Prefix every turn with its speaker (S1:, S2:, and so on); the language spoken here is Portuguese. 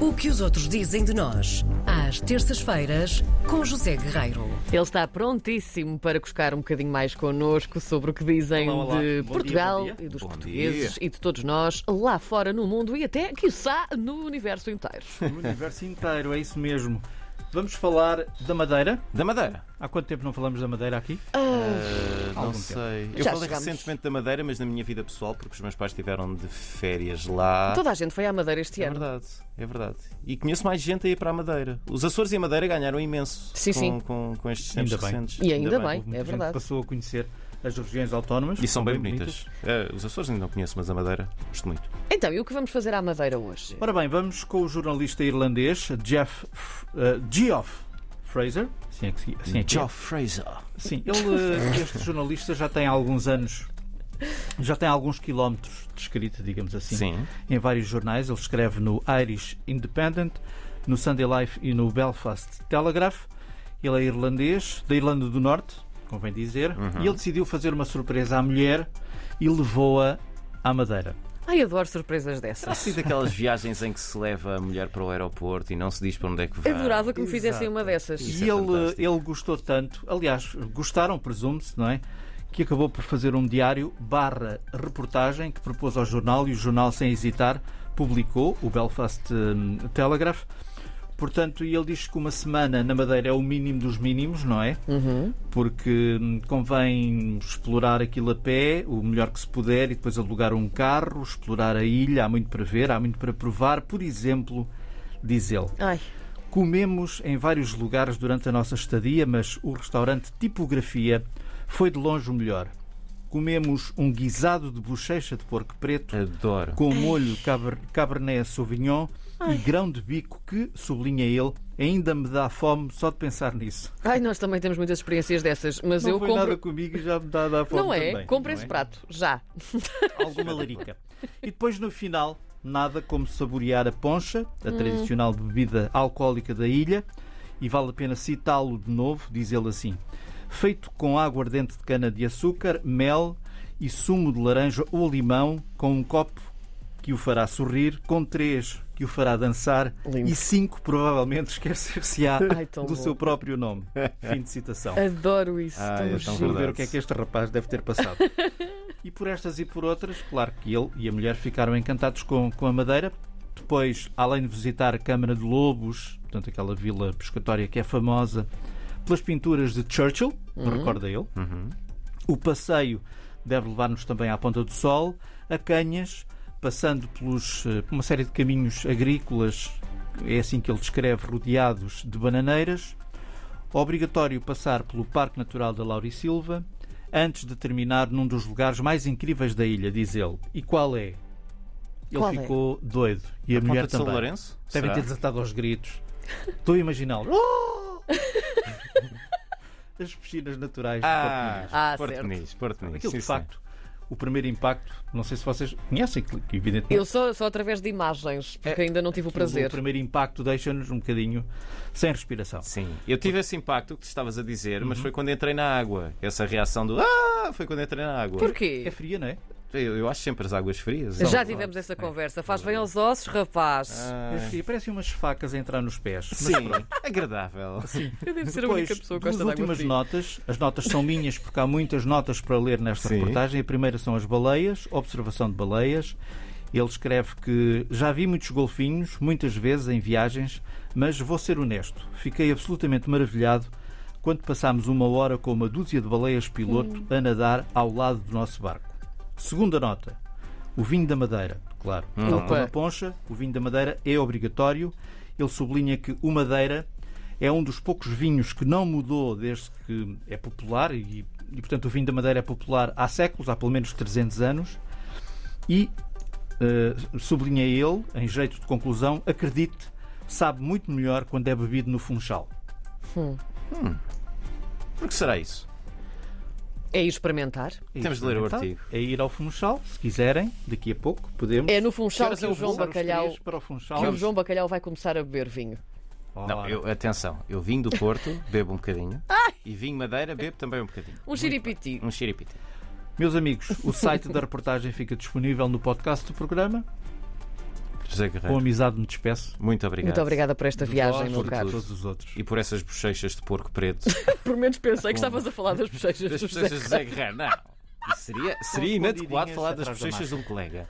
S1: O que os outros dizem de nós, às terças-feiras, com José Guerreiro.
S2: Ele está prontíssimo para cuscar um bocadinho mais connosco sobre o que dizem
S3: Olá, olá.
S2: de
S3: Bom dia,
S2: Portugal
S3: bom dia.
S2: e dos
S4: Bom
S2: portugueses e de todos nós lá fora no mundo e até, quiçá, no universo inteiro.
S3: O universo inteiro, é isso mesmo. Vamos falar da Madeira.
S4: Da Madeira?
S3: Há quanto tempo não falamos da Madeira aqui?
S4: Ah, não
S3: algum
S4: sei. Eu
S2: Hum. Já
S4: falei
S2: chegamos.
S4: recentemente da Madeira, mas na minha vida pessoal, porque os meus pais estiveram de férias
S3: Ah.
S4: lá.
S2: Toda a gente foi à Madeira este
S4: É
S2: ano.
S4: verdade, é verdade. E conheço mais gente a ir para a Madeira. Os Açores e a Madeira ganharam imenso
S2: Sim,
S4: com,
S2: sim.
S4: Com, com estes tempos
S3: Ainda bem.
S4: recentes.
S2: E ainda bem.
S3: Muita
S2: é
S3: gente
S2: verdade.
S3: Passou a conhecer as regiões autónomas.
S4: E são bem bonitas. É, os Açores ainda não conheço, mas a Madeira gosto muito.
S2: Então, e o que vamos fazer à Madeira hoje?
S3: Ora bem, vamos com o jornalista irlandês Jeff eh, Geoff Fraser. Assim é que se- assim é que é.
S4: Fraser.
S3: Sim, ele, eh, este jornalista já tem alguns anos, já tem alguns quilómetros de escrita, digamos assim,
S4: Sim.
S3: em vários jornais. Ele escreve no Irish Independent, no Sunday Life e no Belfast Telegraph. Ele é irlandês, da Irlanda do Norte, convém dizer, e ele decidiu fazer uma surpresa à mulher e levou-a à Madeira.
S2: Ai, adoro surpresas dessas.
S4: Assim daquelas viagens em que se leva a mulher para o aeroporto e não se diz para onde é que vai.
S2: Adorava que me fizessem
S3: Ah, Exato.
S2: uma dessas.
S4: Isso
S3: e
S4: é
S3: ele,
S4: fantástico.
S3: ele gostou tanto, aliás, gostaram, presume-se, não é? Que acabou por fazer um diário barra reportagem que propôs ao jornal e o jornal, sem hesitar, publicou o Belfast hum, Telegraph. Portanto, e ele diz que uma semana na Madeira é o mínimo dos mínimos, não é? Porque hum, convém explorar aquilo a pé, o melhor que se puder, e depois alugar um carro, explorar a ilha, há muito para ver, há muito para provar. Por exemplo, diz ele,
S2: Ai,
S3: Comemos em vários lugares durante a nossa estadia, mas o restaurante Tipografia foi de longe o melhor. Comemos um guisado de bochecha de porco preto
S4: Adoro.
S3: com molho caber- Cabernet Sauvignon e grão de bico que, sublinha ele, ainda me dá fome só de pensar nisso.
S2: ai, nós também temos muitas experiências dessas, mas
S3: Não
S2: eu
S3: foi
S2: compro.
S3: nada comigo e já me dá, dá fome
S2: Não é?
S3: também,
S2: Compre
S3: não
S2: esse
S3: é?
S2: prato, já.
S3: alguma larica. E depois no final, nada como saborear a poncha,
S2: Hum.
S3: a tradicional bebida alcoólica da ilha, e vale a pena citá-lo de novo, diz ele assim: feito com água ardente de cana de açúcar, mel e sumo de laranja ou limão, com um copo que o fará sorrir, com três que o fará dançar
S2: Lindo.
S3: e cinco provavelmente esquecer-se-á
S2: Ai, tão
S3: do
S2: bom.
S3: seu próprio nome. Fim de citação.
S2: Adoro isso.
S4: Ai,
S2: tão
S4: é tão
S2: giro.
S3: Vou ver
S4: Verdade.
S3: o que é que este rapaz deve ter passado. e por estas e por outras, claro que ele e a mulher ficaram encantados com, com a Madeira. Depois, além de visitar a Câmara de Lobos, portanto, aquela vila pescatória que é famosa, pelas pinturas de Churchill, recorda ele. O passeio deve levar-nos também à Ponta do Sol, a Canhas, passando pelos, eh, por uma série de caminhos agrícolas, é assim que ele descreve, rodeados de bananeiras. Obrigatório passar pelo Parque Natural da Laura e Silva antes de terminar num dos lugares mais incríveis da ilha, diz ele. E qual é? Ele
S2: Qual é?
S3: ficou doido. E a,
S4: Ponta
S3: mulher
S4: de São
S3: também.
S4: Lourenço?
S3: Devem
S4: Será?
S3: ter desatado aos gritos. Estou a imaginá-lo. Oh! As piscinas naturais
S4: Ah,
S3: de Porto Muniz.
S2: Ah,
S4: Porto
S2: certo.
S4: Muniz, Porto Muniz.
S3: Aquilo,
S4: sim,
S3: de
S4: sim.
S3: facto, o primeiro impacto, não sei se vocês conhecem, que que evidentemente
S2: Eu só, só através de imagens, porque ainda não tive o
S3: o
S2: prazer.
S3: É. primeiro impacto deixa-nos um bocadinho sem respiração.
S4: Sim, Uhum. eu tive esse impacto que tu estavas a dizer, mas foi quando entrei na água. Essa reação do Ah! Foi quando entrei na água.
S3: É
S2: Porquê?
S3: fria, não é?
S4: Eu, eu acho sempre as águas frias.
S2: Já tivemos essa conversa. Faz bem aos ossos, rapaz.
S4: Ah,
S3: É fria. Parecem umas facas a entrar nos pés. Mas
S4: sim, agradável.
S2: Eu devo ser a
S3: Depois,
S2: única pessoa que
S3: duas
S2: gosta de água
S3: últimas
S2: fria.
S3: notas. As notas são minhas porque há muitas notas para ler nesta
S4: Sim.
S3: reportagem. A primeira são as baleias, observação de baleias. Ele escreve que já vi muitos golfinhos, muitas vezes em viagens, mas vou ser honesto, fiquei absolutamente maravilhado quando passámos uma hora com uma dúzia de baleias piloto a nadar ao lado do nosso barco. Segunda nota: o vinho da Madeira, claro.
S4: Hum.
S3: Tal como
S2: Opa.
S3: a poncha, o vinho da Madeira é obrigatório. Ele sublinha que o Madeira é um dos poucos vinhos que não mudou desde que é popular e, e, portanto, o vinho da Madeira é popular há séculos, há pelo menos 300 anos. E, eh, sublinha ele, em jeito de conclusão, acredite, sabe muito melhor quando é bebido no funchal.
S4: Por que será isso?
S2: É ir experimentar.
S3: É
S4: Temos
S3: isso,
S4: de ler o
S3: então.
S4: artigo.
S3: É ir ao funchal, se quiserem, daqui a pouco, podemos.
S2: É no Funchal
S4: horas
S2: que
S4: é
S2: o
S4: o
S2: João
S3: Passar os
S2: Bacalhau.
S3: três Para o funchal.
S2: Que o João Bacalhau vai começar a beber vinho.
S4: Não,
S3: Ora.
S4: eu, atenção, eu vim do Porto, bebo um bocadinho. E vinho Madeira, bebo também um bocadinho.
S2: Um chiripiti.
S4: Um xiripiti.
S3: Meus amigos, o site da reportagem fica disponível no podcast do programa.
S4: José
S3: Com
S4: Guerreiro.
S3: amizade me despeço.
S4: Muito obrigado.
S2: Muito obrigada por esta viagem,
S3: Vós,
S2: meu
S3: por
S2: caro.
S3: todos os outros.
S4: E por essas bochechas de porco preto.
S2: Por menos pensei que estavas a falar das bochechas
S4: Das
S2: do
S4: bochechas de
S2: José.
S4: José Guerreiro, não. Isso Seria, seria inadequado falar das bochechas de um colega.